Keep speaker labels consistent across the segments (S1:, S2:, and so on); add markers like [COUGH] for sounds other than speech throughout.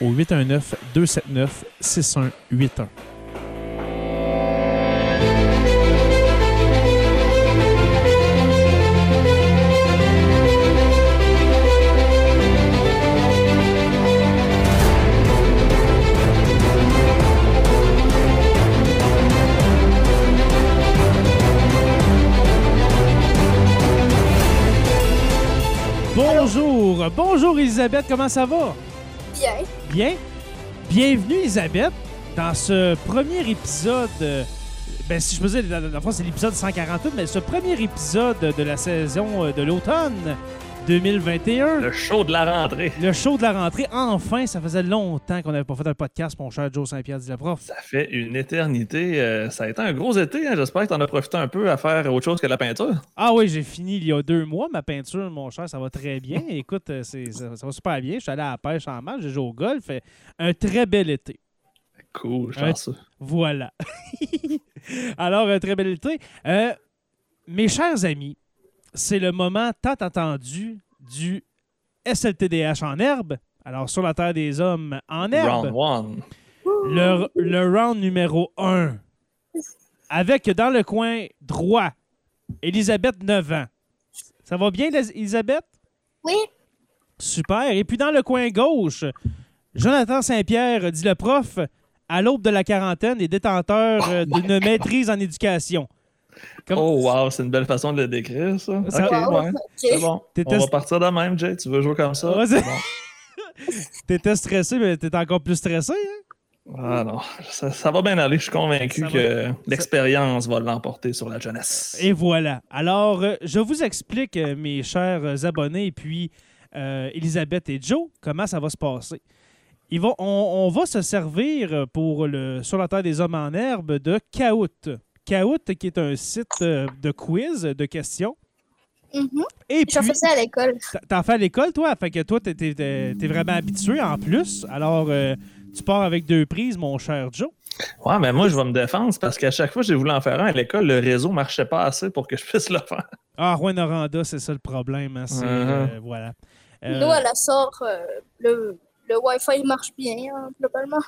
S1: au 819 279 6181. Bonjour, bonjour Elisabeth, comment ça va?
S2: Bien.
S1: Bien. Bienvenue, Elisabeth, dans ce premier épisode. euh, ben, si je peux dire, dans, dans le fond, c'est l'épisode 148, mais ce premier épisode de la saison euh, de l'automne 2021.
S3: Le show de la rentrée.
S1: Le show de la rentrée, enfin, ça faisait longtemps qu'on n'avait pas fait un podcast, mon cher Joe Saint-Pierre dit la prof.
S3: Ça fait une éternité. euh, ça a été un gros été. hein. J'espère que tu en as profité un peu à faire autre chose que de la peinture.
S1: Ah oui, j'ai fini il y a deux mois ma peinture, mon cher, ça va très bien. Écoute, euh, c'est- ça, ça va super bien. Je suis allé à la pêche en marche, j'ai joué au golf. euh, Un très bel été.
S3: Cool,
S1: Ouais.
S3: chanceux.
S1: Voilà. [LAUGHS] Alors, euh, très belle été. Euh, mes chers amis, c'est le moment tant attendu du SLTDH en herbe. Alors, sur la Terre des Hommes en herbe,
S3: Round one.
S1: le, le round numéro 1. Avec dans le coin droit, Elisabeth 9 ans. Ça va bien, Elis- Elisabeth?
S2: Oui.
S1: Super. Et puis dans le coin gauche, Jonathan Saint-Pierre dit le prof à l'aube de la quarantaine est détenteur euh, d'une maîtrise en éducation. Comme-
S3: Oh, wow, c'est une belle façon de le décrire, ça.
S1: Ça-
S3: ok,
S2: Wow,
S3: ouais.
S2: ok.
S3: C'est bon.
S1: T'étais-
S3: On va partir de même, Jay. Tu veux jouer comme ça?
S1: Ouais, c'est-
S3: bon.
S1: T'étais stressé, mais t'étais encore plus stressé. hein?
S3: Ah non, ça, ça va bien aller. Je suis convaincu
S1: Ça va-
S3: que l'expérience va l'emporter sur la jeunesse.
S1: Et voilà. Alors, euh, je vous explique, euh, mes chers euh, abonnés, et puis euh, Elisabeth et Joe, comment ça va se passer. Ils vont, on, on va se servir euh, pour le Sur la Terre des Hommes en Herbe de Kahoot. Kahoot, qui est un site euh, de quiz, de questions.
S2: Mhm.
S1: Et puis,
S2: J'en faisais à l'école.
S1: T'as- T'en fais à l'école, toi? Fait que toi, t'es, t'es- t'es- t'es vraiment habitué en plus. Alors, euh, tu pars avec deux prises, mon cher Joe.
S3: Ouais, mais moi, je vais me défendre c'est parce qu'à chaque fois que j'ai voulu en faire un à l'école, le réseau marchait pas assez pour que je puisse le faire.
S1: Ah, Juan Oranda, c'est ça le problème. hein, c'est, euh, voilà. Euh,
S2: Nous, à la sort, euh, le, le Wi-Fi marche bien, hein, globalement.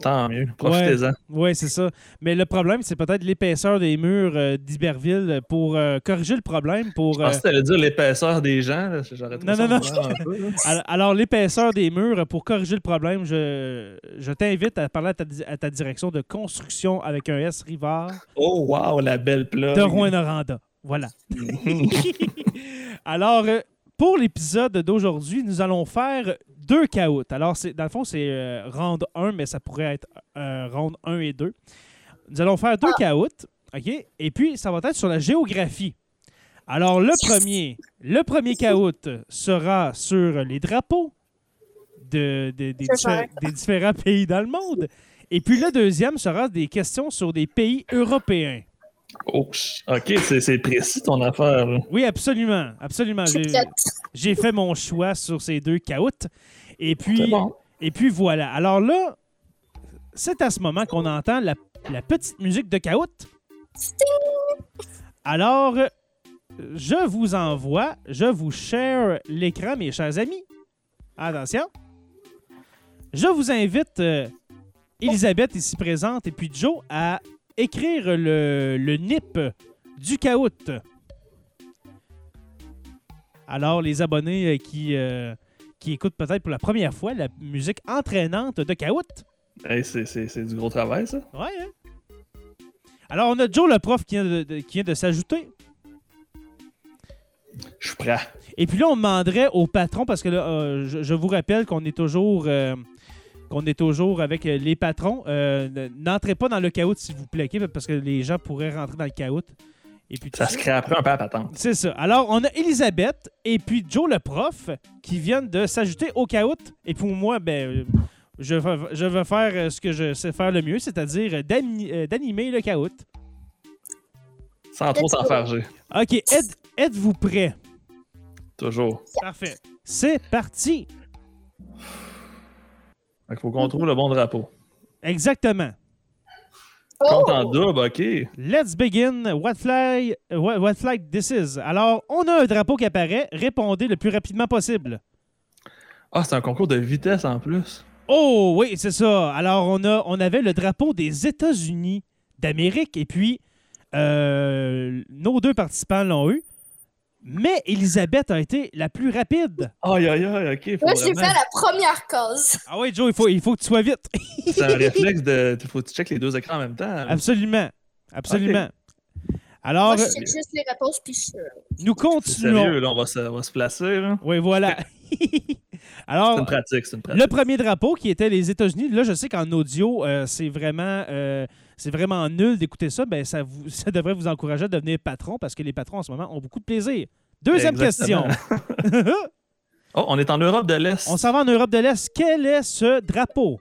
S3: Tant mieux. Profitez-en.
S1: Oui, c'est ça. Mais le problème, c'est peut-être l'épaisseur des murs euh, d'Iberville pour euh, corriger le problème. Pour,
S3: Je
S1: euh,
S3: pensais que t'allais dire l'épaisseur des gens. là. J'aurais trouvé
S1: Non,
S3: ça
S1: non, non.
S3: marrant un peu, là.
S1: al- alors, l'épaisseur des murs, pour corriger le problème, je, je t'invite à parler à ta, di- à ta direction de construction avec un S Rivard
S3: Oh, wow, la belle plug.
S1: de Juan Oranda. Voilà.
S3: Mhm.
S1: Alors, euh, pour l'épisode d'aujourd'hui, nous allons faire deux caouts. Alors, c'est- dans le fond, c'est euh, round 1, mais ça pourrait être euh, round 1 et 2. Nous allons faire deux caouts, OK? Et puis, ça va être sur la géographie. Alors, le premier, le premier caout sera sur les drapeaux de- de- des,
S2: Je
S1: diffé- des différents [LAUGHS] pays dans le monde. Et puis, le deuxième sera des questions sur des pays européens.
S3: Oh, ch- OK, c'est c'est précis ton affaire. là.
S1: Oui, absolument. Absolument.
S2: Je suis
S1: Ah, J'ai-
S2: prête.
S1: j'ai fait mon choix sur ces deux caoutes. Et
S3: C'est
S1: puis,
S3: bon.
S1: et puis voilà. Alors là, c'est à ce moment qu'on entend la la petite musique de Kaout. Alors, euh, je vous envoie, je vous share l'écran, mes chers amis. Attention. Je vous invite, euh, Elisabeth ici présente et puis Joe, à écrire le, le NIP du Kaout. Alors, les abonnés euh, qui, euh, qui écoutent peut-être pour la première fois la musique entraînante de Kaout,
S3: Hey, c'est- c'est c'est du gros travail, ça.
S1: Ouais, hein? Alors, on a Joe, le prof, qui vient de, de- qui vient de s'ajouter.
S3: Je suis prêt.
S1: Et puis là, on demanderait au patron, parce que là, euh, je, je vous rappelle qu'on est toujours... euh, qu'on est toujours avec euh, les patrons. Euh, ne- N'entrez pas dans le chaos, s'il vous plaît, ok? parce que les gens pourraient rentrer dans le chaos. Et puis, tout
S3: Ça se crée après un peu à patente.
S1: C'est ça. Alors, on a Elisabeth et puis Joe le prof qui viennent de s'ajouter au chaos. Et pour moi, ben, euh, je vais, je vais faire euh, ce que je sais faire le mieux, c'est-à-dire euh, d'ani- euh, d'animer le chaos.
S3: Sans trop s'enfarger.
S1: OK, êtes- êtes-vous prêts?
S3: Toujours.
S1: Parfait. C'est parti.
S3: Fait qu'il faut qu'on trouve le bon drapeau.
S1: Exactement.
S2: Oh!
S3: Compte en double, OK.
S1: Let's begin. What flag, what, what flag this is? Alors, on a un drapeau qui apparaît. Répondez le plus rapidement possible.
S3: Ah, c'est un concours de vitesse en plus.
S1: Oh oui, c'est ça. Alors, on, a, on avait le drapeau des États-Unis d'Amérique et puis euh, nos deux participants l'ont eu. Mais Elisabeth a été la plus rapide.
S3: Aïe, aïe, aïe, OK. Faut
S2: Moi, j'ai
S3: vraiment-
S2: fait la première cause.
S1: Ah oui, Joe, il faut, il faut que tu sois vite.
S3: C'est un réflexe de. Faut que tu checkes les deux écrans en même temps.
S1: [LAUGHS] Absolument. Absolument. Alors,
S2: Moi, je check juste les réponses, puis je...
S1: nous
S3: C'est
S1: continuons.
S3: sérieux, là, on va se, on va se placer. là.
S1: Oui, voilà.
S3: [LAUGHS] C'est
S1: Alors,
S3: une pratique, c'est une pratique.
S1: le premier drapeau qui était les États-Unis, là, je sais qu'en audio, euh, c'est vraiment, euh, c'est vraiment nul d'écouter ça. Ben, ça, vous- [LAUGHS] ça devrait vous encourager à devenir patron parce que les patrons en ce moment ont beaucoup de plaisir. Deuxième
S3: Exactement.
S1: question.
S3: Oh, on est en Europe de l'Est.
S1: [LAUGHS] On s'en va en Europe de l'Est. Quel est ce drapeau?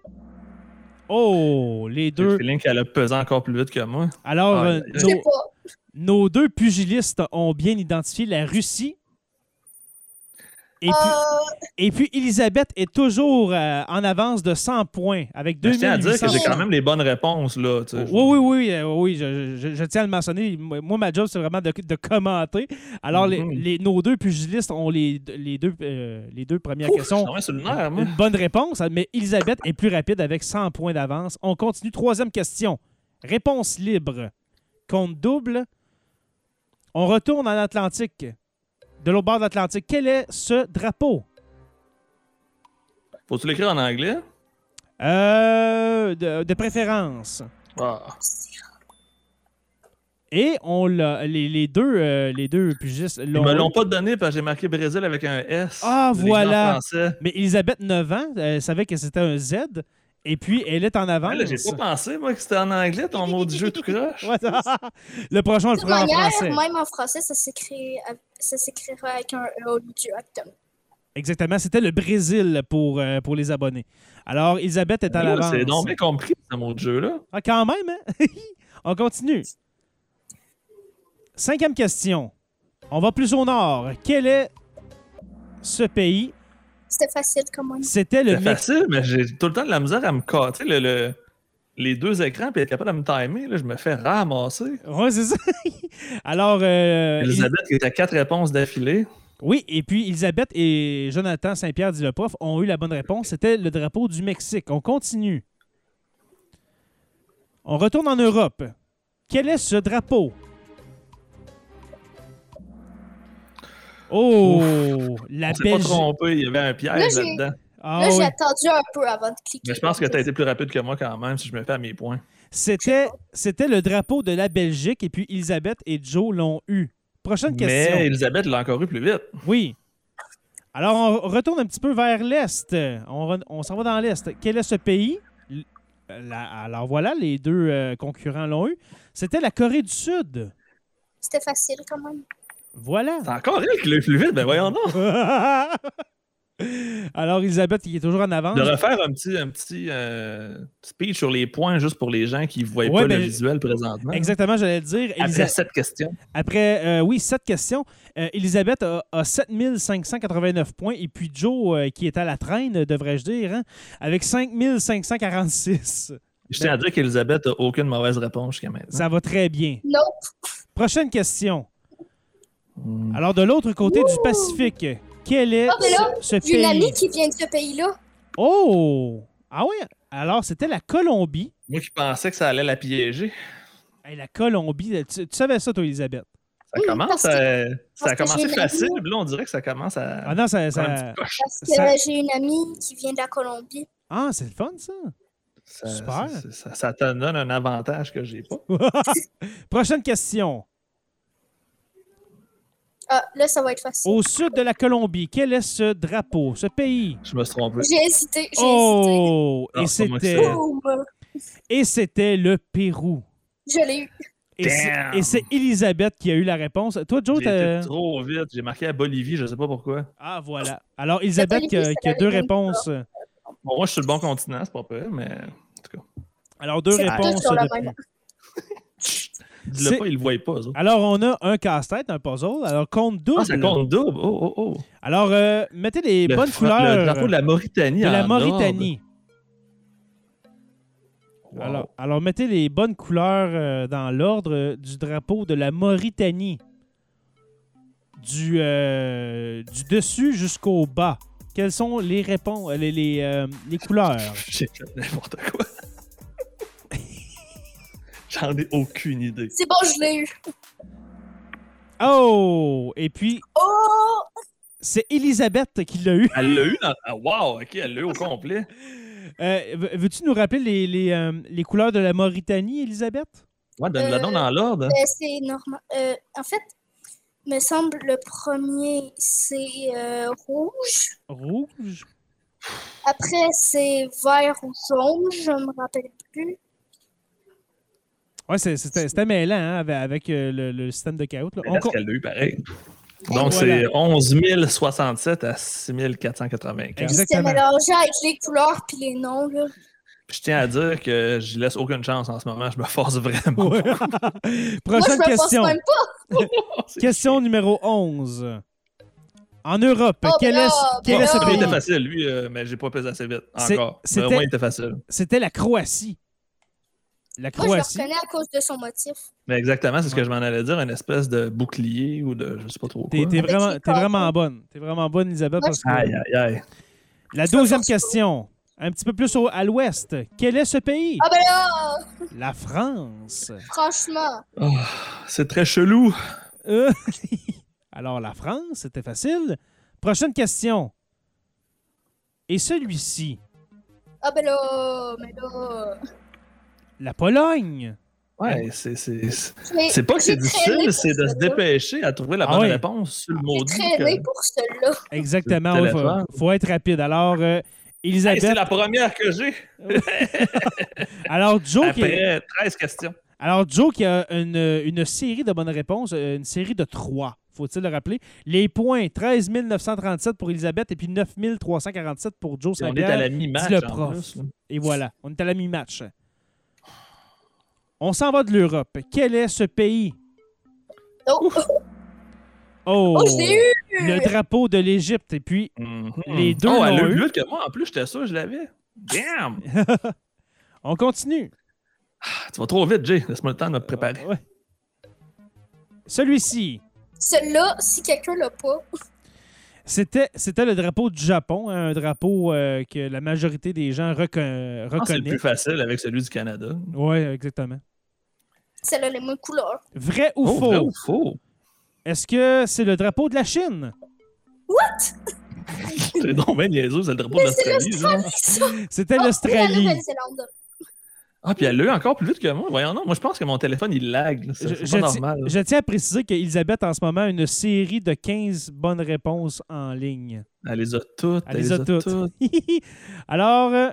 S1: Oh, les
S3: J'ai le
S1: deux.
S3: feeling qu'elle a pesé encore plus vite que moi.
S1: Alors,
S3: Ah,
S1: euh,
S3: je
S2: je sais
S1: nos,
S2: pas.
S1: nos deux pugilistes ont bien identifié la Russie. Et puis,
S3: Ah.
S2: Euh,
S1: Et puis, Elisabeth est toujours euh, en avance de 100 points avec
S3: Mais Je tiens à dire que
S1: 2800.
S3: j'ai quand même les bonnes réponses, là. tu sais.
S1: Oui, oui, oui, euh, oui, je, je- je tiens à le mentionner. Moi, ma job, c'est vraiment de, de commenter. Alors, les-
S3: Mhm.
S1: les- nos deux pugilistes ont les, les, deux, euh, les deux premières
S3: Ouf,
S1: questions.
S3: je suis sur le nerf, moi.
S1: Une bonne réponse, hein, mais Elisabeth est plus rapide avec 100 points d'avance. On continue. Troisième question. Réponse libre. Compte double. On retourne en Atlantique. De l'autre bord de l'Atlantique. Quel est ce drapeau?
S3: [LAUGHS] Faut-tu l'écrire en anglais?
S1: Euh, de, de préférence.
S3: Ah.
S1: Et on l'a, les, les deux, euh, les deux pugistes
S3: Ils me l'ont
S1: l'ont.
S3: pas donné parce que j'ai marqué Brésil avec un S.
S1: Ah,
S3: Des gens
S1: voilà.
S3: français.
S1: Mais Elisabeth, 9 ans, elle savait que c'était un Z, et puis elle est en avance.
S3: Ah, là, j'ai pas pensé, moi, que c'était en anglais, ton mot du jeu tout croche.
S1: [LAUGHS] Ouais, le prochain, on le
S2: de toute
S1: fera en français.
S2: manière, même en français, ça s'écrit- ça s'écrira avec un E au lieu du actum.
S1: Exactement, c'était le Brésil pour, euh, pour les abonnés. Alors, Elisabeth est en
S3: Là,
S1: avance.
S3: C'est non mais compris, ce mot de jeu-là.
S1: Ah, quand même, hein? [LAUGHS] On continue. Cinquième question. On va plus au nord. Quel est ce pays?
S2: C'était facile comme même.
S1: C'était le
S3: C'est
S1: Mexique.
S3: facile, mais j'ai tout le temps de la misère à me casser le, le- les deux écrans puis être capable de me timer. Là, je me fais ramasser.
S1: Ouais, c'est ça. [LAUGHS] Alors, euh,
S3: Elisabeth, qui était quatre réponses d'affilée.
S1: il- oui, et puis Elisabeth et Jonathan Saint-Pierre, dit le prof, ont eu la bonne réponse. C'était le drapeau du Mexique. On continue. On retourne en Europe. Quel est ce drapeau? Oh, la
S3: On s'est pas
S1: Belgique.
S3: trompé, il y avait un piège
S2: Là, j'ai-
S3: là-dedans.
S1: Ah
S2: Là,
S1: oui.
S2: j'ai attendu un peu avant de cliquer.
S3: Mais je pense que tu as été plus rapide que moi quand même, si je me fais à mes points.
S1: C'était, c'était le drapeau de la Belgique et puis Elisabeth et Joe l'ont eu. Prochaine question.
S3: Mais Elisabeth l'a encore eu plus vite.
S1: Oui. Alors, on retourne un petit peu vers l'Est. On, re- on s'en va dans l'Est. Quel est ce pays? L- euh, la- alors voilà, les deux euh, concurrents l'ont eu. C'était la Corée du Sud.
S2: C'était facile quand même.
S1: Voilà.
S3: C'est encore elle qui l'a eu plus vite, ben voyons donc.
S1: [LAUGHS] alors, Elisabeth, qui est toujours en avance.
S3: De refaire un petit, un petit euh, speech sur les points juste pour les gens qui ne voient
S1: Ouais,
S3: pas
S1: ben,
S3: le visuel présentement.
S1: Exactement, j'allais le dire. Elisa-
S3: Après cette question,
S1: Après, euh, oui, sept questions. Euh, Elisabeth a, a 7589 points et puis Joe, euh, qui est à la traîne, devrais-je dire, hein, avec 5546.
S3: Je
S2: Ben
S3: tiens à dire qu'Elisabeth n'a aucune mauvaise réponse jusqu'à maintenant.
S1: Ça va très bien.
S2: Non.
S1: Prochaine question.
S3: Hmm.
S1: Alors, de l'autre côté du Pacifique, quel est
S2: Ah, ben là,
S1: ce, ce
S2: J'ai une
S1: pays?
S2: amie qui vient de ce pays-là.
S1: Oh! Ah oui? Alors, c'était la Colombie.
S3: Moi qui pensais que ça allait la piéger.
S1: Hey, la Colombie, tu, tu savais ça, toi, Elisabeth?
S3: Ça
S2: Oui,
S3: commence
S2: parce que-
S3: à... Ça a
S2: parce que
S3: commencé
S2: j'ai
S3: facile,
S2: l'impression-
S3: puis là, on dirait que ça commence à...
S1: Ah non, ça...
S3: prendre une
S1: ça...
S3: petite coche.
S2: Parce que
S1: Ça-
S2: j'ai une amie qui vient de la Colombie.
S1: Ah, c'est le fun, ça! [LAUGHS]
S3: Ça-
S1: Super.
S3: ça- ça- ça te donne un avantage que j'ai pas.
S1: Prochaine question.
S2: Ah, là, ça va être facile.
S1: Au sud de la Colombie, quel est ce drapeau, ce pays?
S3: Je me suis trompé.
S2: J'ai hésité. J'ai
S1: Oh!
S3: Non,
S1: Et
S3: Ah, c'est pas moi qui
S1: c'était...
S2: hésité.
S3: sais.
S2: Boum!
S1: Et c'était le Pérou.
S2: Je l'ai eu.
S1: Et c'est-
S3: Damn!
S1: et c'est Elisabeth qui a eu la réponse. Toi, Joe,
S3: J'ai été
S1: t'as...
S3: trop vite. J'ai marqué à Bolivie, je sais pas pourquoi.
S1: Ah, voilà. Alors, Elisabeth qui a,
S2: Olivier,
S1: qui a
S2: c'est
S1: deux
S2: la même
S1: réponses.
S3: Bon, moi, je suis sur le bon continent, c'est pas peu, mais en tout cas.
S1: Alors, deux
S2: C'est tous
S1: réponses.
S2: sur la
S1: de
S2: même.
S1: plus. C'est-
S3: Dis-le pas, ils le voient pas, eux autres.
S1: Alors, on a un casse-tête, un puzzle. Alors, compte double.
S3: Ah, ça compte double. Oh, oh, oh.
S1: Alors, euh, mettez les
S3: Le
S1: bonnes
S3: fra-
S1: couleurs euh,
S3: Le drapeau de la Mauritanie.
S1: de la
S3: en
S1: Mauritanie.
S3: ordre. Wow.
S1: Alors, alors, mettez les bonnes couleurs euh, dans l'ordre euh, du drapeau de la Mauritanie. Du, euh, du dessus jusqu'au bas. Quelles sont les réponses, les, les, euh, les couleurs?
S3: [LAUGHS] J'ai fait n'importe quoi. [LAUGHS] J'en ai aucune idée.
S2: C'est bon, je l'ai eu.
S1: Oh! Et puis,
S2: Oh!
S1: c'est Elisabeth qui l'a eu.
S3: Elle l'a eu dans. ah, wow, ok, elle l'a eu au complet.
S1: Euh, v- Veux-tu nous rappeler les, les, euh, les couleurs de la Mauritanie, Elisabeth?
S3: Ouais, donne-la
S2: Euh,
S3: donc dans l'ordre.
S2: Euh, c'est normal. Euh, en fait, me semble le premier, c'est euh, rouge.
S1: Rouge.
S2: Après, c'est vert ou jaune, je me rappelle plus.
S1: Ouais, c'est- c'était c'était mêlant hein, avec, avec, euh, le, le système de caout. là.
S3: Mais
S1: On
S3: Parce
S1: co-
S3: qu'elle l'a eu pareil.
S1: voilà.
S3: Donc, c'est 11 067 à 6 495.
S2: C'était
S1: Exactement.
S2: mélangé avec les couleurs puis les noms. Là.
S3: Je tiens à dire que je laisse aucune chance en ce moment. Je me force vraiment.
S1: Ouais. [LAUGHS]
S2: Moi, je
S1: Prochaine
S2: me pense
S1: question.
S2: même pas.
S3: C'est-
S1: Oh, Question numéro 11. En Europe,
S2: Oh,
S1: quel
S2: ben
S1: est,
S2: là,
S1: quel
S2: ben
S1: est ce
S2: là.
S3: Il était
S1: pays?
S3: facile, lui, euh, mais j'ai pas pesé assez vite.
S1: C'est-
S3: Encore. Mais
S1: c'était-
S3: au moins, il était facile.
S1: C'était la Croatie. La
S2: Moi,
S1: Croatie.
S2: je le reconnais à cause de son motif.
S3: Mais exactement, c'est ce que je m'en allais dire, une espèce de bouclier ou de je sais pas trop quoi.
S1: T'es t'es vraiment,
S2: Avec
S1: t'es
S2: les
S1: vraiment
S2: cornes.
S1: bonne. T'es vraiment bonne, Elisabeth.
S2: Moi,
S1: parce que-
S3: Aïe, aïe, aïe.
S1: La deuxième question, un petit peu plus au- à l'ouest. Quel est ce pays?
S2: Ah ben là,
S1: La France.
S2: franchement,
S3: C'est très chelou.
S1: Euh, [LAUGHS] Alors, la France, c'était facile. Prochaine question. Et celui-ci,
S2: ah ben là, mais là.
S1: la Pologne.
S3: Ouais, c'est c'est- c'est-
S2: Je l'ai-
S3: c'est pas que
S2: j'ai
S3: c'est difficile,
S2: traîné
S3: c'est
S2: pour
S3: de se
S2: celle-là.
S3: dépêcher à trouver la
S1: Ah
S3: bonne
S1: ouais.
S3: réponse sur le
S2: J'ai
S3: maudit.
S2: traîné
S3: que-
S2: pour celle-là.
S1: Exactement.
S3: C'est le
S1: Il
S3: téléphone.
S1: faut, faut être rapide. Alors, euh,
S3: Hey, c'est
S1: Elisabeth.
S3: la première que j'ai
S1: Alors, Joe, qui,
S3: après 13 questions.
S1: alors, Joe qui a une, une série de bonnes réponses, euh, une série de trois, faut-il le rappeler. Les points, 13 937 pour Elisabeth et puis 9 347 pour Joe
S3: Et on est à
S1: Saint-Pierre.
S3: la mi-match.
S1: Dis le
S3: en
S1: prof.
S3: plus, là.
S1: Et voilà, on est à la mi-match. On s'en va de l'Europe. Quel est ce pays?
S2: Oh,
S1: Oh,
S2: oh, je l'ai eu!
S1: le drapeau de l'Égypte. Et puis,
S3: Mhm.
S1: Les deux
S3: Oh, elle
S1: l'ont
S3: a eu
S1: eu.
S3: plus que moi. En plus, j'étais sûr que je l'avais. Damn!
S1: on continue. Euh,
S3: Ah, Tu vas trop vite, Jay. Laisse-moi le temps de me préparer.
S1: Ouais. Celui-ci,
S2: Celle-là, si quelqu'un l'a pas,
S1: c'était, c'était le drapeau du Japon, hein, un drapeau euh, que la majorité des gens recon-
S3: Je pense que Ah, c'est le
S1: reconnaissent.
S3: plus facile avec celui du Canada.
S1: Oui, exactement.
S2: celle-là, les mêmes
S1: [LAUGHS]
S2: couleurs.
S1: Vrai ou
S3: Oh,
S1: faux?
S3: vrai ou faux?
S1: Est-ce que c'est le drapeau de la Chine?
S3: [LAUGHS] C'est donc bien niaiseux, c'est le drapeau d'Australie. genre.
S1: C'était
S2: Ah, oui, la
S1: l'Australie.
S2: Nouvelle-Zélande.
S3: Ah, puis elle l'a eu encore plus vite que moi. Voyons, non, moi je pense que mon téléphone il lag. là. C'est
S1: Je-
S3: c'est
S1: je
S3: pas
S1: ti-
S3: normal. hein.
S1: Je tiens à préciser qu'Elisabeth, en ce moment, a une série de 15 bonnes réponses en ligne. [LAUGHS]
S3: Elle les a toutes.
S1: Elle les a toutes. Alors, euh,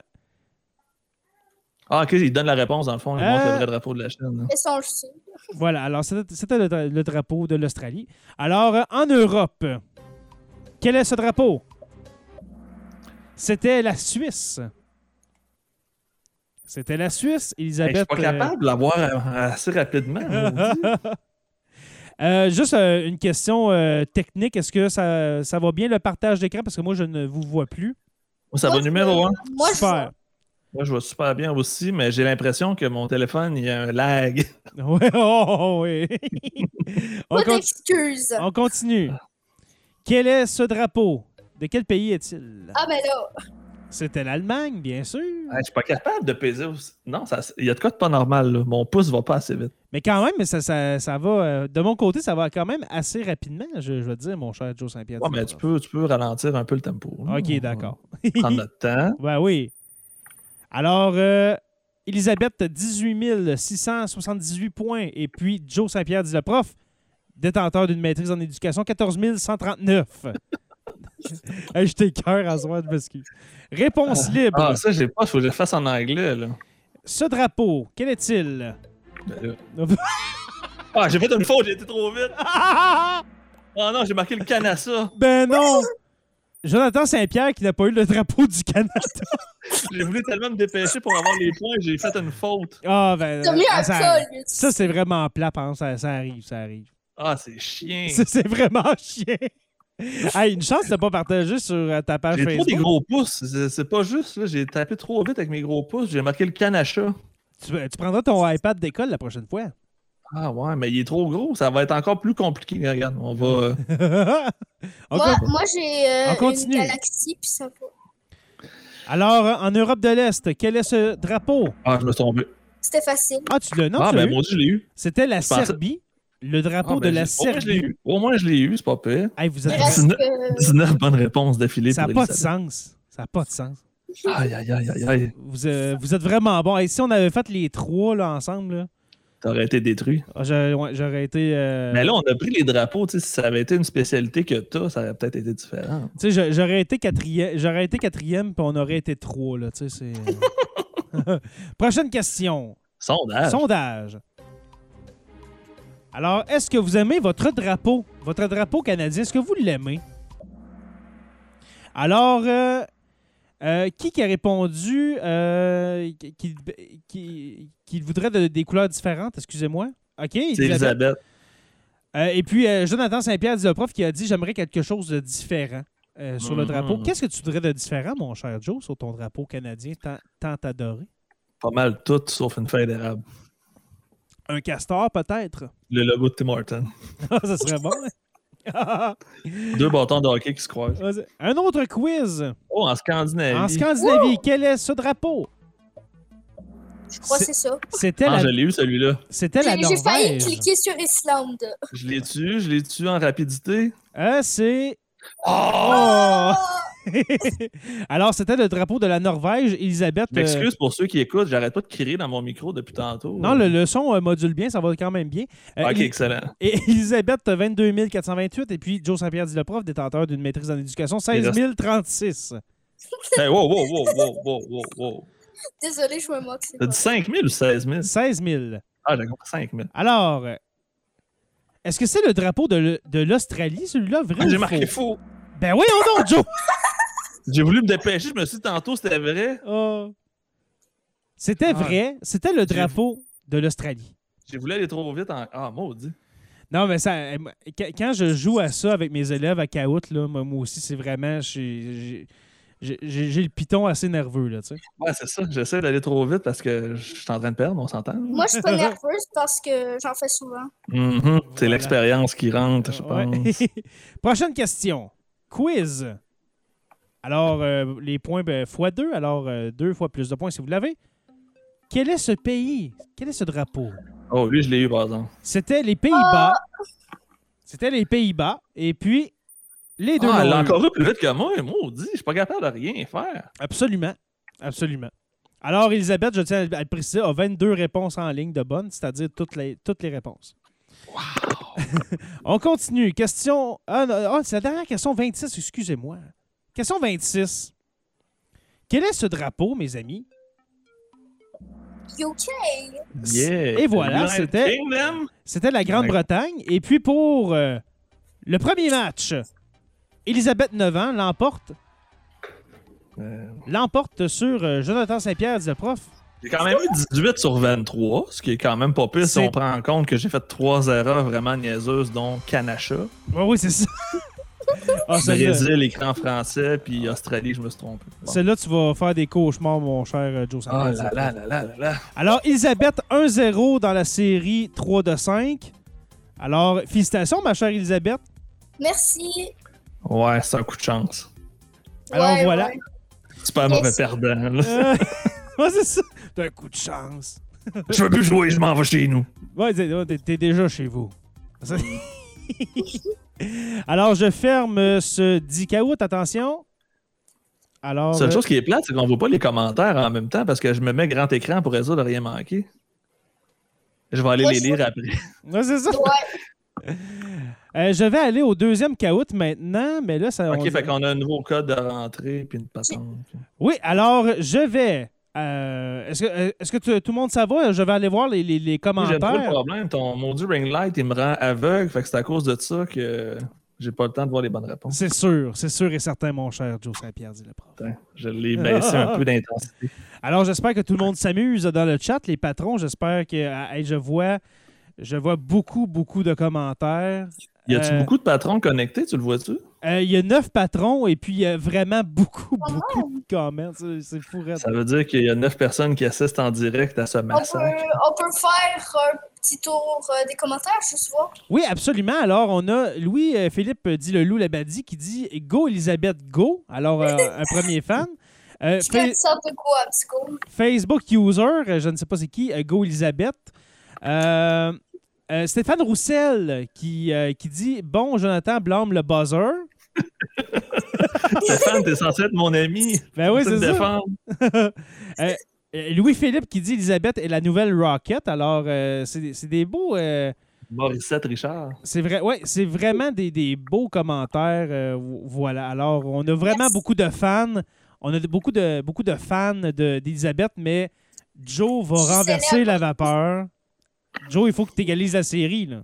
S3: Ah, ok, il donne la réponse dans le fond. Il
S1: Euh,
S3: montre le vrai drapeau de la Chine. là.
S2: Mais ça, on le sait.
S1: voilà. Alors, c'était c'était le, dra- le drapeau de l'Australie. Alors, euh, en Europe, quel est ce drapeau? C'était la Suisse. C'était la Suisse,
S3: Hey, je suis
S1: Elisabeth.
S3: pas
S1: euh,
S3: capable de l'avoir euh, assez rapidement.
S1: [LAUGHS]
S3: maudit.
S1: Euh, juste euh, une question euh, technique. Est-ce que ça, ça va bien le partage d'écran? Parce que moi, je ne vous vois plus.
S3: Moi, ça va
S2: Moi,
S3: numéro un.
S2: Moi, je
S1: Super.
S2: vois.
S3: Moi, je vais super bien aussi, mais j'ai l'impression que mon téléphone, il y a un lag. [LAUGHS]
S1: [LAUGHS] Ouais, oh, oh,
S2: [LAUGHS]
S1: oui. on,
S2: Pas
S1: con-
S2: d'excuses.
S1: on continue. Quel est ce drapeau? De quel pays est-il?
S2: Ah, ben là,
S1: C'était l'Allemagne, bien sûr.
S3: Ah, je suis pas capable de peser aussi. Non, ça, il y a de quoi de pas normal, là. Mon pouce va pas assez vite.
S1: Mais quand même, ça, ça, ça va. euh, de mon côté, ça va quand même assez rapidement, je, je veux dire, mon cher Joe Saint-Pierre.
S3: Ouais, mais tu peux, tu peux ralentir un peu le tempo. là.
S1: Ok, d'accord.
S3: Prendre notre temps.
S1: Ben oui. Alors, euh, Elisabeth, 18 678 points. Et puis, Joe Saint-Pierre dit le prof, détenteur d'une maîtrise en éducation, 14
S3: [LAUGHS]
S1: 139. Hey, Je cœur à ce moment, je m'excuse. Réponse libre.
S3: Ah, ça, j'ai pas. Faut que je le fasse en anglais, là.
S1: Ce drapeau, quel est-il? [LAUGHS]
S3: Ben là. ah, j'ai fait une faute, j'ai été trop vite. Oh non, j'ai marqué le Canassa.
S1: ben non! Jonathan Saint-Pierre qui n'a pas eu le drapeau du Canada.
S3: J'ai voulu tellement me dépêcher pour avoir les points, j'ai fait une faute.
S1: Ah, ben.
S2: t'as mis
S1: ah,
S2: un
S1: ça,
S2: col.
S1: ça, c'est vraiment plat, pense. Ça, ça arrive, ça arrive.
S3: Ah, c'est chiant.
S1: Ça, C'est vraiment [LAUGHS] chien. Hey, une chance de pas partager sur euh, ta page
S3: J'ai trop des
S1: Facebook.
S3: gros pouces. C'est c'est pas juste, là. J'ai tapé trop vite avec mes gros pouces. J'ai marqué le Canachat.
S1: Tu, euh, tu prendras ton iPad d'école la prochaine fois. [LAUGHS]
S3: Ah ouais, mais il est trop gros. Ça va être encore plus compliqué. Regarde, on va. euh,
S2: Moi,
S1: Encore.
S2: moi, j'ai euh,
S1: On
S2: une
S1: continue.
S2: galaxie, puis ça va.
S1: Alors, euh, en Europe de l'Est, quel est ce drapeau?
S3: Ah, je me suis tombé.
S2: C'était facile.
S1: Ah, tu le non,
S3: ah,
S1: tu l'as
S3: ben
S1: eu?
S3: mon Dieu, je l'ai eu.
S1: C'était la
S3: je pensais-
S1: Serbie. Le drapeau
S3: Ah, ben,
S1: de la
S3: j'ai- au moins, je l'ai
S1: Serbie.
S3: eu. Au moins, je l'ai eu, c'est pas pire.
S1: Hey, vous
S2: Il
S1: êtes...
S2: reste
S3: Dix-neuf.
S2: que- euh,
S3: 19 bonnes réponses d'affilée
S1: Ça n'a
S3: pour
S1: pas de
S3: Elisabeth.
S1: sens. Ça n'a pas de sens.
S3: Aïe, aïe, aïe, aïe, aïe.
S1: Vous, euh, vous êtes vraiment bon. Et si on avait fait les trois là, ensemble, là,
S3: T'aurais été détruit.
S1: ah, j'aurais ouais, j'aurais été. euh,
S3: Mais là, on a pris les drapeaux. tu sais, Si ça avait été une spécialité que t'as, ça aurait peut-être été différent.
S1: Tu sais, j'a- j'aurais été quatrième, j'aurais été quatrième, puis on aurait été trois, là. Tu sais, c'est- euh. [LAUGHS] Prochaine question.
S3: Sondage.
S1: Sondage. Alors, est-ce que vous aimez votre drapeau? Votre drapeau canadien, est-ce que vous l'aimez? Alors, euh, euh, qui qui a répondu euh, qui, qui- qui voudrait de- des couleurs différentes? Excusez-moi. OK,
S3: C'est
S1: Elisabeth.
S3: Elisabeth.
S1: Euh, et puis, euh, Jonathan Saint-Pierre dit le prof qui a dit J'aimerais quelque chose de différent euh, sur le
S3: Mhm.
S1: drapeau. Qu'est-ce que tu voudrais de différent, mon cher Joe, sur ton drapeau canadien tant, tant adoré
S3: Pas mal toutes, sauf une feuille d'érable.
S1: Un castor, peut-être [LAUGHS]
S3: Le logo de Tim Horton.
S1: Ah, Ça serait bon. hein? [LAUGHS]
S3: Deux bâtons de hockey qui se croisent.
S1: Vas-y. Un autre quiz.
S3: Oh, en Scandinavie.
S1: En Scandinavie, quel est ce drapeau
S2: Je crois que
S1: C'est-
S2: c'est ça.
S1: C'était
S3: Ah,
S1: la,
S3: je l'ai eu, celui-là.
S1: c'était la
S2: J'ai j'ai failli
S1: Norvège.
S2: cliquer sur Islande. [LAUGHS]
S3: Je l'ai tué, je l'ai tué en rapidité.
S1: Euh, c'est.
S3: Oh!
S1: [LAUGHS] Alors, c'était le drapeau de la Norvège. Elisabeth.
S3: Je m'excuse pour ceux qui écoutent, j'arrête pas de crier dans mon micro depuis tantôt.
S1: euh, Non, le, le son euh, module bien, ça va quand même bien. Euh,
S3: Ok,
S1: Eli-
S3: excellent.
S1: Et [LAUGHS] Elisabeth, t'as 22 428. Et puis Joe Saint-Pierre dit le prof, détenteur d'une maîtrise en éducation, 16 036.
S3: Hey, wow, wow, wow, wow, wow, wow, wow.
S2: Désolée, je me moque. c'est
S3: T'as
S2: pas
S3: dit 5 000 ou 16 000?
S1: 16 000.
S3: Ah, j'ai compris 5 000.
S1: Alors, euh, est-ce que c'est le drapeau de le- de l'Australie, celui-là, vrai
S3: Ah,
S1: ou
S3: j'ai
S1: faux?
S3: marqué faux.
S1: Ben oui, on non, Joe!
S3: [LAUGHS] J'ai voulu me dépêcher, je me suis dit tantôt c'était vrai.
S1: Oh. C'était
S3: Ah.
S1: vrai. C'était le
S3: J'ai-
S1: drapeau de l'Australie.
S3: J'ai voulu aller trop vite en. Ah, maudit.
S1: Non, mais ça, euh, qu- quand je joue à ça avec mes élèves à Kahoot, là, moi moi aussi, c'est vraiment... j'ai- J'ai j'ai- j'ai le piton assez nerveux, là, tu sais.
S3: Ouais, c'est ça. J'essaie d'aller trop vite parce que je suis en train de perdre, on s'entend.
S2: moi. Moi, je
S1: [LAUGHS]
S2: suis pas nerveuse parce que j'en fais souvent.
S3: Mhm. C'est
S1: Voilà.
S3: l'expérience qui rentre, je
S1: Ouais.
S3: pense.
S1: [LAUGHS] Prochaine question. Quiz. Alors, euh, les points ben, fois 2, alors euh, deux fois plus de points si vous l'avez. Quel est ce pays? Quel est ce drapeau?
S3: [LAUGHS] Oh, lui, je l'ai eu, par exemple.
S1: C'était les Pays-Bas. C'était les Pays-Bas. Et puis, les deux.
S3: Ah, elle
S1: l'ont
S3: l'a
S1: eu.
S3: encore eu plus vite que moi, maudit. Je suis pas capable de rien faire.
S1: Absolument. Absolument. Alors, Elisabeth, je tiens à le préciser, a 22 réponses en ligne de bonnes, c'est-à-dire toutes les, toutes les réponses. [LAUGHS] On continue. Question. Ah, non, ah, c'est la dernière question 26, excusez-moi. Question 26. Quel est ce drapeau, mes amis?
S2: UK,
S3: Yeah.
S1: Et voilà,
S3: United
S1: c'était-
S3: Kingdom.
S1: C'était la Grande-Bretagne. Et puis, pour euh, le premier match, Elisabeth Nevin l'emporte
S3: Euh,
S1: l'emporte sur euh, Jonathan Saint-Pierre, dit le prof.
S3: J'ai quand même eu 18 sur 23, ce qui est quand même pas pire si
S1: C'est-
S3: on prend en compte que j'ai fait trois erreurs vraiment niaiseuses, dont Kanacha.
S1: Oui, oui, c'est ça. Ah, celle-là,
S3: Brésil, écran français, puis Australie, je me suis trompé. Bon.
S1: celle-là, tu vas faire des cauchemars, mon cher euh, Joe
S3: Ah
S1: Sanchez.
S3: là là là là là là.
S1: Alors, Elisabeth, 1-0 dans la série 3 de 5. Alors, félicitations, ma chère Elisabeth.
S2: Merci.
S3: Ouais, c'est un coup de chance.
S1: Alors, voilà.
S2: ouais.
S3: C'est pas un mauvais
S2: Yes.
S3: perdant. là.
S1: Euh, [LAUGHS] ouais, c'est ça. T'as un coup de chance.
S3: Je veux plus jouer, je m'en vais chez nous.
S1: Ouais, t'es- ouais, t'es t'es déjà chez vous. [LAUGHS] Ça- Alors, je ferme euh, ce 10 caout, attention. Alors,
S3: Seule
S1: euh,
S3: chose qui est plate, c'est qu'on voit pas les commentaires en même temps parce que je me mets grand écran pour résoudre de rien manquer. Je vais aller
S2: Ouais,
S3: les
S2: c'est
S3: lire après.
S1: ouais, c'est ça. [LAUGHS]
S2: Ouais,
S1: Euh, je vais aller au deuxième caout maintenant, mais là, ça. Ah, on-
S3: Ok, fait qu'on a un nouveau code de rentrée puis une patente.
S1: Oui, alors, je vais. euh, Est-ce que, euh, est-ce que tu- tout le monde ça va? Je vais aller voir les, les- les
S3: Moi, J'ai pas de
S1: commentaires.
S3: problème. Ton maudit ring light, il me rend aveugle. Fait que c'est à cause de ça que j'ai pas le temps de voir les bonnes réponses.
S1: C'est sûr, c'est sûr et certain, mon cher Joe Saint-Pierre, dit le prof.
S3: Putain,
S1: [LAUGHS]
S3: Je l'ai baissé un peu d'intensité.
S1: Alors, j'espère que tout le monde s'amuse dans le chat, les patrons. J'espère que ah, hey, je vois je vois beaucoup, beaucoup de commentaires.
S3: Y a-tu
S1: Euh,
S3: beaucoup de patrons connectés, tu le vois-tu?
S1: Euh, Il y a neuf patrons et puis il y a vraiment beaucoup, beaucoup de commentaires. C'est c'est fou, raide.
S3: Ça veut dire qu'il y a neuf personnes qui assistent en direct à ce
S2: on
S3: massacre.
S2: peut, on peut faire un petit tour euh, des commentaires, juste voir.
S1: Oui, absolument. Alors, on a Louis-Philippe euh, dit le loup Labadie qui dit Go, Elisabeth, go. Alors, euh, un premier fan. Euh,
S2: Je
S1: Fa-
S2: fais une sorte de quoi, Psycho?
S1: Facebook user, euh, je ne sais pas c'est qui, euh, Go Elisabeth. Euh, euh, Stéphane Roussel qui, euh, qui dit Bon, Jonathan blâme le buzzer.
S3: Stéphane, t'es censé être mon ami.
S1: Ben oui,
S3: Tu me
S1: c'est ça.
S3: défends.
S1: [LAUGHS] Euh, Louis-Philippe qui dit Elisabeth est la nouvelle Rocket. Alors, euh, c'est c'est des beaux. euh,
S3: Morissette Richard.
S1: c'est vrai, ouais, c'est vraiment des, des beaux commentaires. euh, vo- voilà. Alors, on a vraiment
S2: Merci.
S1: beaucoup de fans. On a de- beaucoup de, beaucoup de fans de- d'Elisabeth, mais Joe va
S2: Je suis
S1: renverser la vapeur. Joe, il faut que tu égalises la série, là.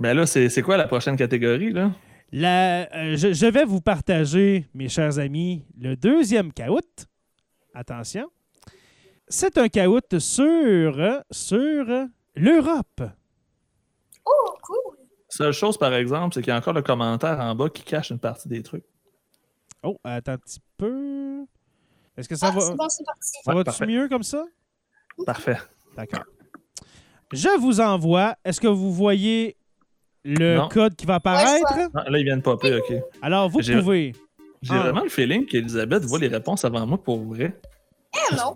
S3: Ben là, c'est c'est quoi la prochaine catégorie, là?
S1: La- euh, je, je vais vous partager, mes chers amis, le deuxième caout. Attention. C'est un caout sur, sur l'Europe.
S2: Oh, cool.
S3: Seule chose, par exemple, c'est qu'il y a encore le commentaire en bas qui cache une partie des trucs.
S1: Oh, attends un petit peu. Est-ce que ça
S2: Ah,
S1: va.
S2: c'est bon, c'est parti.
S1: Ça
S3: Ouais,
S1: va-tu
S3: parfait.
S1: mieux comme ça?
S3: Parfait.
S1: D'accord. Je vous envoie. Est-ce que vous voyez le
S3: Non.
S1: code qui va apparaître?
S3: Ah, là, ils viennent popper, OK.
S1: Alors, vous
S3: J'ai-
S1: pouvez.
S3: J'ai
S1: Ah.
S3: vraiment le feeling qu'Elisabeth voit les réponses avant moi pour vrai.
S2: Ah non.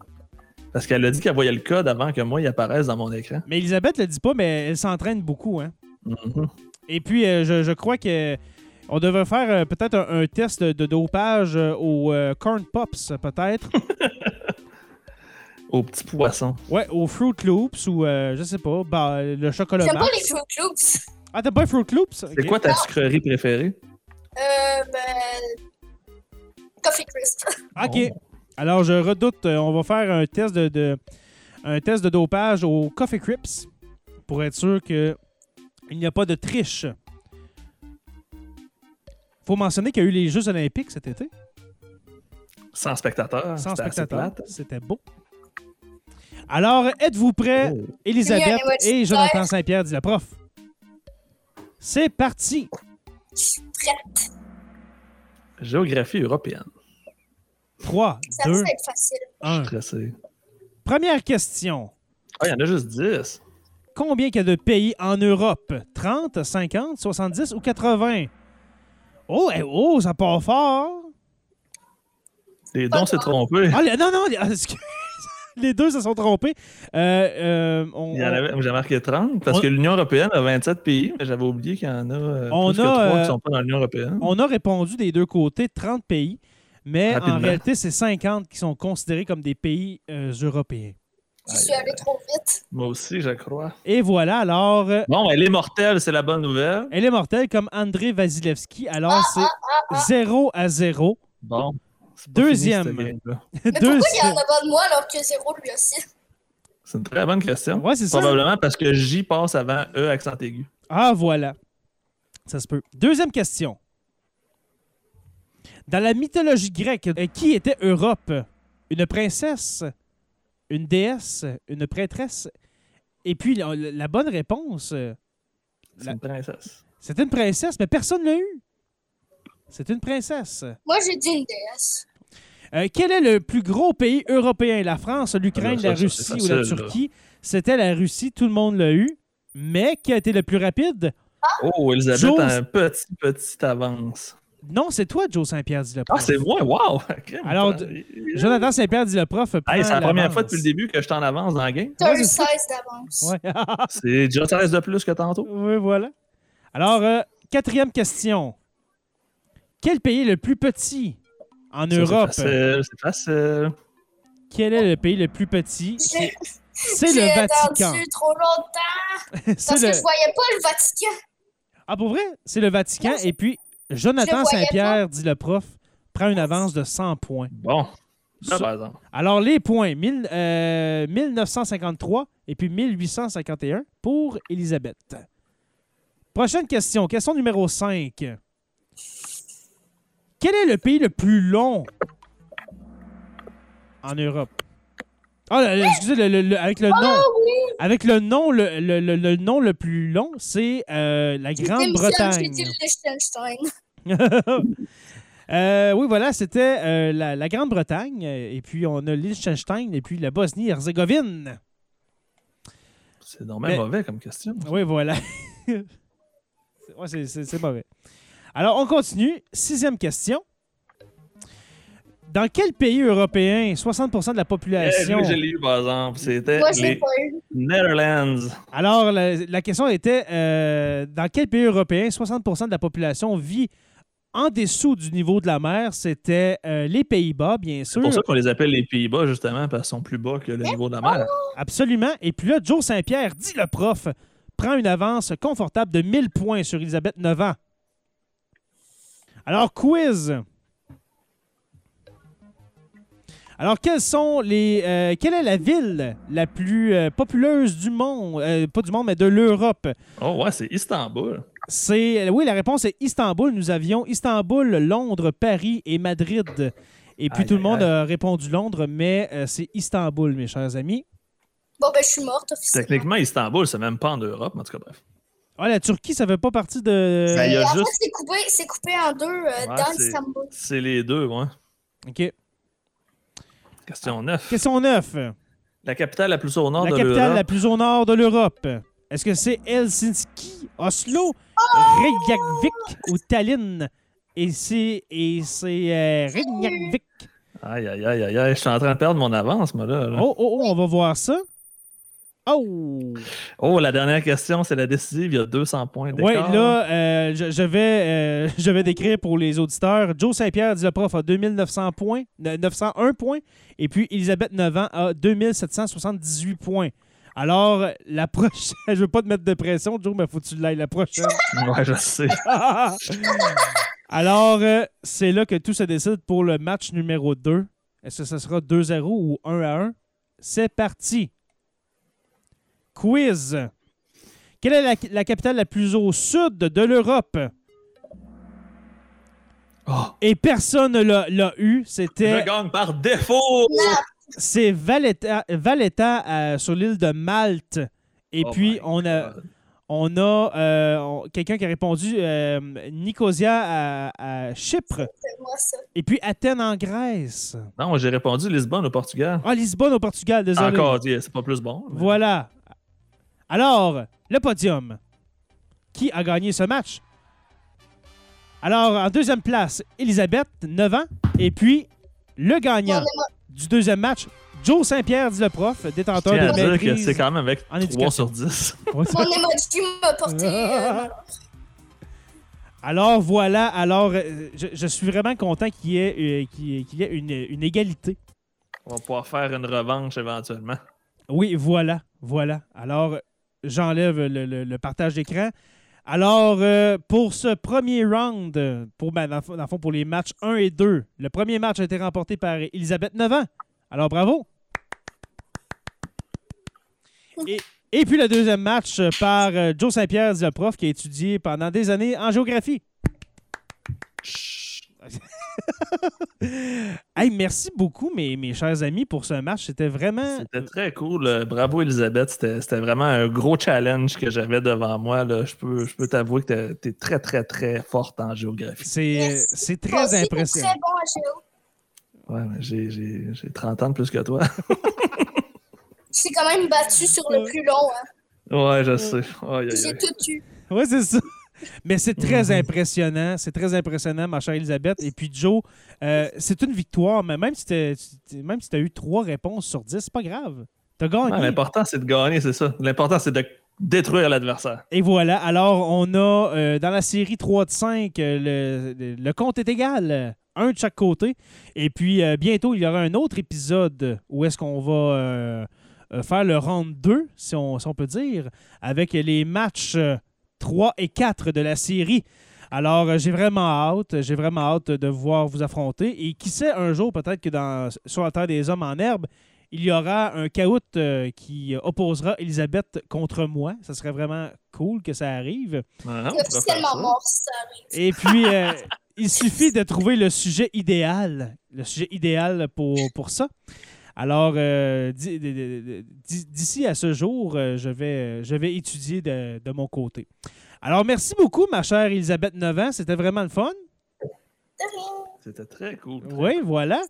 S3: Parce qu'elle a dit qu'elle voyait le code avant que moi, il apparaisse dans mon écran.
S1: Mais Elisabeth le dit pas, mais elle s'entraîne beaucoup, hein?
S3: Mhm.
S1: Et puis, euh, je, je crois que on devrait faire euh, peut-être un, un test de, de dopage euh, au euh, Corn Pops,
S3: [LAUGHS]
S1: peut-être.
S3: Au petit poisson.
S1: ouais, au Fruit Loops ou, euh, je sais pas, bah, le chocolat
S2: J'aime pas
S1: Mars.
S2: les Fruit Loops.
S1: Ah, t'as pas un Fruit Loops?
S3: C'est quoi ta sucrerie préférée?
S2: Euh, ben. Coffee Crisp.
S1: OK. Ah, Alors, je redoute. euh, on va faire un test de, de- un test de dopage au Coffee Crips pour être sûr que il n'y a pas de triche. Faut mentionner qu'il y a eu les Jeux olympiques cet été.
S3: Sans spectateur.
S1: sans
S3: Ah, c'était assez
S1: spectateurs.
S3: plate. hein.
S1: C'était beau. Alors, êtes-vous prêts,
S3: Oh.
S1: Elisabeth
S2: Seigneur,
S1: et
S2: ouais,
S1: Jonathan Saint-Pierre, dit la prof? C'est parti!
S2: Je suis prête.
S3: Géographie européenne.
S1: 3,
S2: Ça
S1: 2,
S2: va être facile.
S1: 1.
S3: Stressé.
S1: Première question.
S3: Ah, il y en a juste 10.
S1: Combien qu'il y a de pays en Europe? 30, 50, 70 ou 80? Oh, eh, oh, ça part fort!
S3: Les dons s'est trompé.
S1: Ah, le- non, non, ah, excuse- [LAUGHS] les deux se sont trompés. Euh, euh, on,
S3: Il y en avait- J'ai marqué 30 parce
S1: On-
S3: que l'Union européenne a 27 pays, mais j'avais oublié qu'il y en a euh,
S1: On
S3: plus que
S1: a,
S3: 3
S1: euh,
S3: qui sont pas dans l'Union européenne.
S1: On a répondu des deux côtés 30 pays, mais en
S3: Rapidement.
S1: réalité, c'est 50 qui sont considérés comme des pays euh, européens.
S2: Je
S3: Aïe,
S2: suis allée trop vite.
S3: Moi aussi, je crois.
S1: Et voilà, alors, euh,
S3: Bon, elle est mortelle, c'est la bonne nouvelle.
S1: elle est mortelle comme André Vasilevski. Alors, c'est 0 à 0.
S3: Bon. c'est pas
S1: Deuxième.
S3: fini, cette game-là.
S2: Mais pourquoi il y en
S1: Deuxième.
S2: a pas de moi alors que zéro lui aussi?
S3: C'est une très bonne question.
S1: Ouais, c'est ça.
S3: Probablement parce que J passe avant E accent aigu.
S1: Ah, voilà. Ça se peut. Deuxième question. Dans la mythologie grecque, euh, qui était Europe? Une princesse, une déesse, une prêtresse. Et puis, la, la bonne réponse, euh,
S3: C'est
S1: La-
S3: une princesse.
S1: c'était une princesse, mais personne ne l'a eu. C'est une princesse.
S2: Moi, j'ai dit une déesse.
S1: Euh, quel est le plus gros pays européen? La France, l'Ukraine,
S3: Alors, ça,
S1: la
S3: ça,
S1: Russie
S3: c'est
S1: ou la
S3: facile, là.
S1: Turquie? C'était la Russie, tout le monde l'a eu. Mais qui a été le plus rapide?
S3: Oh, Elisabeth
S1: Joe-
S3: a un petit, petit avance.
S1: Non, c'est toi, Joe Saint-Pierre, dit le
S3: Ah,
S1: prof.
S3: c'est moi, wow! [LAUGHS]
S1: Alors, Jonathan Saint-Pierre, dit le prof. prend
S3: Hey, c'est la première
S1: l'avance.
S3: fois depuis le début que je t'en avance dans la game.
S2: T'as
S1: Ouais,
S2: eu
S1: c'est ça.
S2: 16 d'avance.
S1: Ouais. [LAUGHS]
S3: C'est déjà 13 de plus que tantôt.
S1: Oui, voilà. Alors, euh, quatrième question. Quel pays est le plus petit en
S3: Ça,
S1: Europe?
S3: C'est facile. C'est facile.
S1: Quel est le pays le plus petit?
S2: J'ai-
S1: C'est
S2: j'ai
S1: le Vatican. [LAUGHS]
S2: attendu trop longtemps
S1: C'est
S2: parce
S1: le-
S2: que je voyais pas le Vatican.
S1: Ah, pour vrai? C'est le Vatican. Et puis, Jonathan
S2: Je le voyais
S1: Saint-Pierre, dit le prof, prend une avance de 100 points.
S3: Bon,
S1: Sur-
S3: ça, Ah, par exemple.
S1: Alors, les points, mille- euh, 1953 et puis 1851 pour Elisabeth. Prochaine question, question numéro 5. Quel est le pays le plus long en Europe? Ah, le- le- excusez, le- le- le- avec le nom.
S2: Ah
S1: Avec le nom, le, le- le- le nom le plus long, c'est euh, la
S2: J'ai dit
S1: Grande-Bretagne.
S2: le Liechtenstein.
S1: [LAUGHS] Euh, oui, voilà, c'était euh, la, la Grande-Bretagne, euh, et puis on a Liechtenstein, et puis la Bosnie-Herzégovine.
S3: C'est normal
S1: Mais-
S3: mauvais comme question.
S1: Oui, voilà. [LAUGHS] Ouais, c'est- c'est c'est mauvais. Alors, on continue. Sixième question. Dans quel pays européen 60% de la
S3: Eh,
S1: population...
S3: lui, je l'ai eu, par exemple. C'était
S2: Moi, je l'ai
S3: les
S2: pas eu.
S3: Netherlands.
S1: Alors, la, la question était euh, dans quel pays européen 60 de la population vit en dessous du niveau de la mer C'était euh, les Pays-Bas, bien
S3: C'est
S1: sûr.
S3: pour ça qu'on les appelle les Pays-Bas, justement, parce qu'ils sont plus bas que le
S2: Eh,
S3: niveau de la mer.
S1: Absolument. Et puis là, Joe Saint-Pierre, dit le prof, prend une avance confortable de 1000 points sur Elisabeth 9 ans. Alors, quiz. Alors, quelles sont les, euh, quelle est la ville la plus euh, populeuse du monde, euh, pas du monde, mais de l'Europe?
S3: Oh, ouais, c'est Istanbul.
S1: C'est oui, la réponse est Istanbul. Nous avions Istanbul, Londres, Paris et Madrid. Et puis
S3: Aïe,
S1: tout le
S3: aïe,
S1: monde
S3: aïe.
S1: a répondu Londres, mais euh, c'est Istanbul, mes chers amis.
S2: Bon, ben, je suis morte officiellement.
S3: Techniquement, Istanbul, c'est même pas en Europe, mais en tout cas, bref.
S1: Ah, la Turquie, ça fait pas partie de.
S3: Ben, il y a
S2: Et en fait,
S3: juste-
S2: c'est coupé, c'est coupé en deux euh,
S3: Ouais,
S2: dans
S3: c'est-
S2: Istanbul.
S3: C'est les deux, ouais.
S1: Ok.
S3: Question 9.
S1: Question 9.
S3: La capitale la plus au nord
S1: La
S3: de
S1: capitale la
S3: l'Europe.
S1: plus au nord de l'Europe. Est-ce que c'est Helsinki, Oslo, Reykjavik ou Tallinn? Et c'est et c'est euh, Reykjavik.
S3: Aïe, aïe, aïe, aïe, aïe, je suis en train de perdre mon avance, moi, là. là. Oh,
S1: Oh oh oh, on va voir ça. Oh.
S3: la dernière question, c'est la décisive, il y a 200 points d'écart.
S1: Oui, là, euh, je, je vais, euh, [LAUGHS] je vais décrire pour les auditeurs. Joe Saint-Pierre, dit le prof, a 2900 points, ne- 901 points. Et puis, Elisabeth Nevan a 2778 points. Alors, la prochaine... [LAUGHS] Je veux pas te mettre de pression, Joe, mais faut que tu l'ailles la prochaine.
S3: Ouais, je sais.
S1: [LAUGHS] Alors, euh, c'est là que tout se décide pour le match numéro 2. Est-ce que ce sera 2-0 ou 1-1? C'est parti. Quiz. Quelle est la, la capitale la plus au sud de l'Europe?
S3: Oh,
S1: Et personne ne l'a l'a eu.
S3: je
S1: C'était
S3: gagne par défaut!
S1: c'est Valletta, Valletta, euh, sur l'île de Malte. Et
S3: Oh
S1: puis
S3: my
S1: on a
S3: God.
S1: on a euh, on- quelqu'un qui a répondu euh, Nicosia à, à Chypre.
S2: C'est moi, ça.
S1: Et puis Athènes en Grèce.
S3: Non, j'ai répondu Lisbonne au Portugal.
S1: Ah, Lisbonne au Portugal, désolé.
S3: Encore, dis, c'est pas plus bon. mais-
S1: Voilà. Alors, le podium. Qui a gagné ce match? Alors, en deuxième place, Elisabeth, 9 ans. Et puis, le gagnant du deuxième match, Joe Saint-Pierre, dit le prof,
S3: Je
S1: détenteur
S3: tiens à
S1: de
S3: dire que
S1: maîtrise.
S3: c'est quand même avec
S1: en
S3: 3
S1: éducation.
S3: sur 10.
S2: Mon emoji m'a porté. euh,
S1: Alors voilà, alors euh, je, je suis vraiment content qu'il y ait, euh, qu'il y ait- qu'il y ait une, une égalité.
S3: On va pouvoir faire une revanche éventuellement.
S1: Oui, voilà, voilà. Alors j'enlève le, le- le partage d'écran. Alors euh, pour ce premier round, euh, pour, ben, dans, le fond- dans le fond, pour les matchs 1 et 2, le premier match a été remporté par Elisabeth Nevan. Alors bravo. Et, et puis le deuxième match euh, par euh, Joe Saint-Pierre, dit le prof, qui a étudié pendant des années en géographie.
S3: Chut.
S1: [LAUGHS] Hey, merci beaucoup, mes, mes chers amis, pour ce match. C'était vraiment.
S3: C'était très cool. euh, Bravo, Elisabeth. C'était c'était vraiment un gros challenge que j'avais devant moi. là. Je peux, je peux t'avouer que tu es très, très, très forte en géographie.
S1: C'est
S2: Merci.
S1: c'est
S2: Toi
S1: [LAUGHS]
S2: aussi,
S1: très
S2: t'es
S1: impressionnant.
S2: Très bon à géo.
S3: Ouais, mais j'ai- j'ai j'ai 30 ans de plus que toi. [LAUGHS]
S2: Je suis quand même battu sur le plus long. hein.
S3: Ouais, je sais. Aïe, aïe,
S2: J'ai
S3: aïe.
S2: tout eu.
S1: Oui, c'est ça. Mais c'est très
S3: Mhm.
S1: impressionnant. C'est très impressionnant, ma chère Elisabeth. Et puis, Joe, euh, c'est une victoire. Mais même si t'as- tu tu- même si as eu trois réponses sur dix, c'est pas grave. T'as gagné.
S3: Ouais, L'important, c'est de gagner, c'est ça. L'important, c'est de détruire l'adversaire.
S1: Et voilà. Alors, on a euh, dans la série 3 de 5, euh, le, le- le compte est égal. euh, Un de chaque côté. Et puis, euh, bientôt, il y aura un autre épisode où est-ce qu'on va euh, euh, faire le round 2, si on, si on peut dire, avec les matchs euh, 3 et 4 de la série. Alors, euh, j'ai vraiment hâte. J'ai vraiment hâte de voir vous affronter. Et qui sait, un jour, peut-être que dans, sur la Terre des Hommes en herbe, il y aura un caout euh, qui opposera Elisabeth contre moi. Ça serait vraiment cool que ça arrive.
S3: Ouais,
S2: C'est
S3: on pourrait faire
S2: officiellement
S3: ça.
S2: mort, ça arrive.
S1: Et puis, euh, il suffit de trouver le sujet idéal. Le sujet idéal pour, pour ça. Alors, euh, d'i- d'i- d'i- d'i- d'ici à ce jour, euh, je vais, je vais étudier de, de mon côté. Alors, merci beaucoup, ma chère Elisabeth Nevin. C'était vraiment le fun.
S2: De rien.
S3: C'était très cool. très
S1: Oui, voilà.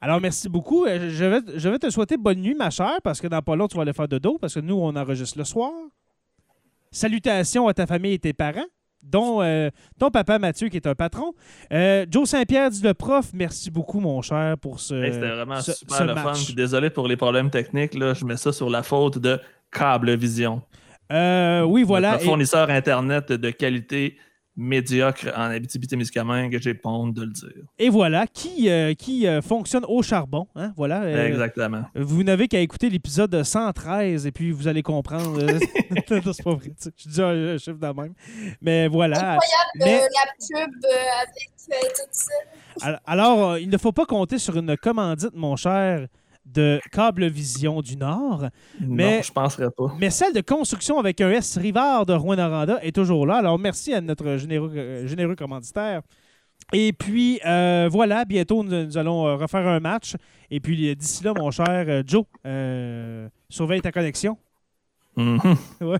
S1: Alors, merci beaucoup. Euh, Je vais, je vais te souhaiter bonne nuit, ma chère, parce que dans pas long, tu vas aller faire de dos, parce que nous, on enregistre le soir. Salutations à ta famille et tes parents, dont euh, ton papa Mathieu, qui est un patron. Euh, Joe Saint-Pierre dit le prof, merci beaucoup, mon cher, pour ce.
S3: Hey, C'était vraiment
S1: Euh, ce-
S3: super
S1: ce
S3: le fun.
S1: match.
S3: Puis désolé pour les problèmes techniques. Là, je mets ça sur la faute de Câble Vision.
S1: Euh, oui, voilà.
S3: Notre
S1: Et-
S3: fournisseur Internet de qualité médiocre en Abitibi-Témiscamingue, j'ai honte de le dire.
S1: Et, voilà, qui, euh, qui euh, fonctionne au charbon. hein, voilà. euh,
S3: Exactement.
S1: Vous n'avez qu'à écouter l'épisode 113 et puis vous allez comprendre. euh, [LAUGHS] non, c'est pas vrai. tu sais. Je dis un un chiffre de même. Mais voilà. Mais-
S2: Euh, la pub euh, avec euh, tout ça.
S1: al- Alors, euh, il ne faut pas compter sur une commandite, mon cher, de Cablevision du Nord, mais-
S3: Non, je penserais pas.
S1: mais celle de construction avec un S Rivard de Rouen-Noranda est toujours là. Alors, merci à notre généreux, euh, généreux commanditaire. Et puis, euh, voilà, bientôt, nous, nous allons euh, refaire un match. Et puis, euh, d'ici là, mon cher euh, Joe, euh, surveille ta connexion.
S3: Mhm.
S1: Ouais.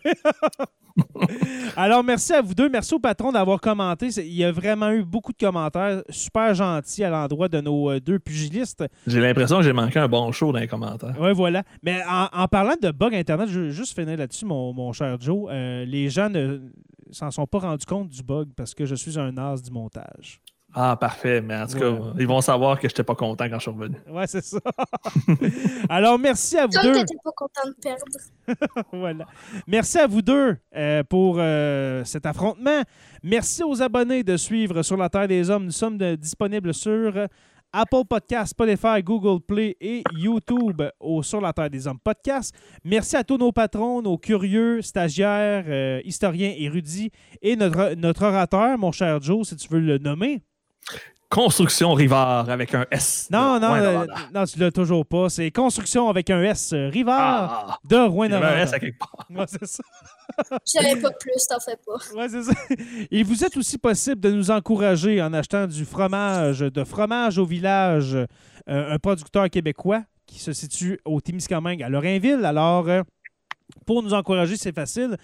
S1: Alors, merci à vous deux. Merci au patron d'avoir commenté. C'est- Il y a vraiment eu beaucoup de commentaires super gentils à l'endroit de nos euh, deux pugilistes.
S3: J'ai l'impression que j'ai manqué un bon show dans les commentaires.
S1: Ouais, voilà. Mais en, en parlant de bug Internet, je veux juste finir là-dessus, mon, mon cher Joe. Euh, les gens ne s'en sont pas rendus compte du bug parce que je suis un as du montage.
S3: Ah, parfait. Mais en tout cas,
S1: Ouais.
S3: ils vont savoir que j'étais pas content quand je suis revenu.
S1: Ouais, c'est ça. [LAUGHS] Alors, merci à vous
S2: Comme
S1: deux.
S2: t'étais pas content de perdre.
S1: Voilà. Merci à vous deux euh, pour euh, cet affrontement. Merci aux abonnés de suivre sur la Terre des Hommes. Nous sommes de- disponibles sur euh, Apple Podcasts, Spotify, Google Play et YouTube au Sur la Terre des Hommes podcast. Merci à tous nos patrons, nos curieux, stagiaires, euh, historiens, érudits et notre, notre orateur, mon cher Joe, si tu veux le nommer.
S3: Construction Rivard avec un S. de
S1: Non, non, euh,
S3: Rouyn-Noranda.
S1: non, tu l'as toujours pas. C'est Construction avec un S, euh, Rivard
S3: Ah,
S1: de rouen
S3: il y avait un S à quelque part.
S1: c'est ça.
S2: J'avais pas plus, t'en fais pas.
S1: Ouais, c'est ça. [LAUGHS] Il vous est aussi possible de nous encourager en achetant du fromage, de fromage au village, euh, un producteur québécois qui se situe au Témiscamingue à Lorrainville. Alors, euh, pour nous encourager, c'est facile.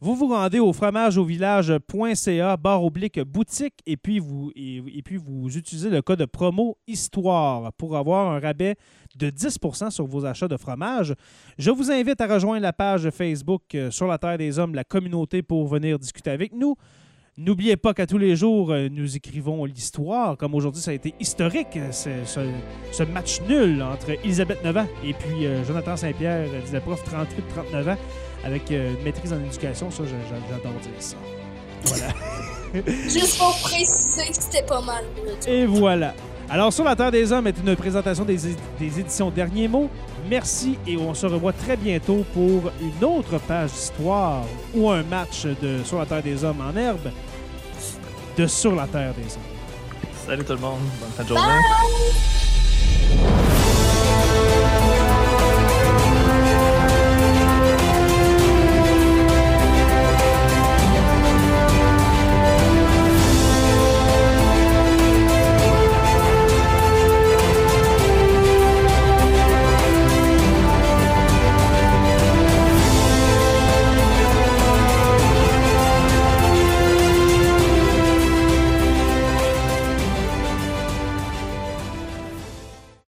S1: Vous vous rendez au fromageauvillage.ca barre oblique boutique et puis, vous, et, et puis vous utilisez le code promo histoire pour avoir un rabais de 10 sur vos achats de fromage. Je vous invite à rejoindre la page Facebook euh, Sur la Terre des Hommes, la communauté, pour venir discuter avec nous. N'oubliez pas qu'à tous les jours, euh, nous écrivons l'histoire, comme aujourd'hui ça a été historique, euh, ce, ce- ce match nul entre Elisabeth Nevin et puis euh, Jonathan Saint-Pierre, euh, disait prof 38-39 ans, avec euh, une maîtrise en éducation, ça je- je- j'adore dire ça.
S2: Juste pour préciser que c'était pas mal. là, tu vois.
S1: Et voilà. Alors, Sur la Terre des Hommes est une présentation des, é- des éditions Dernier Mot. Merci et on se revoit très bientôt pour une autre page d'histoire ou un match de Sur la Terre des Hommes en herbe de Sur la Terre des Hommes.
S3: Salut tout le monde. Bonne fin de journée.
S2: Bye!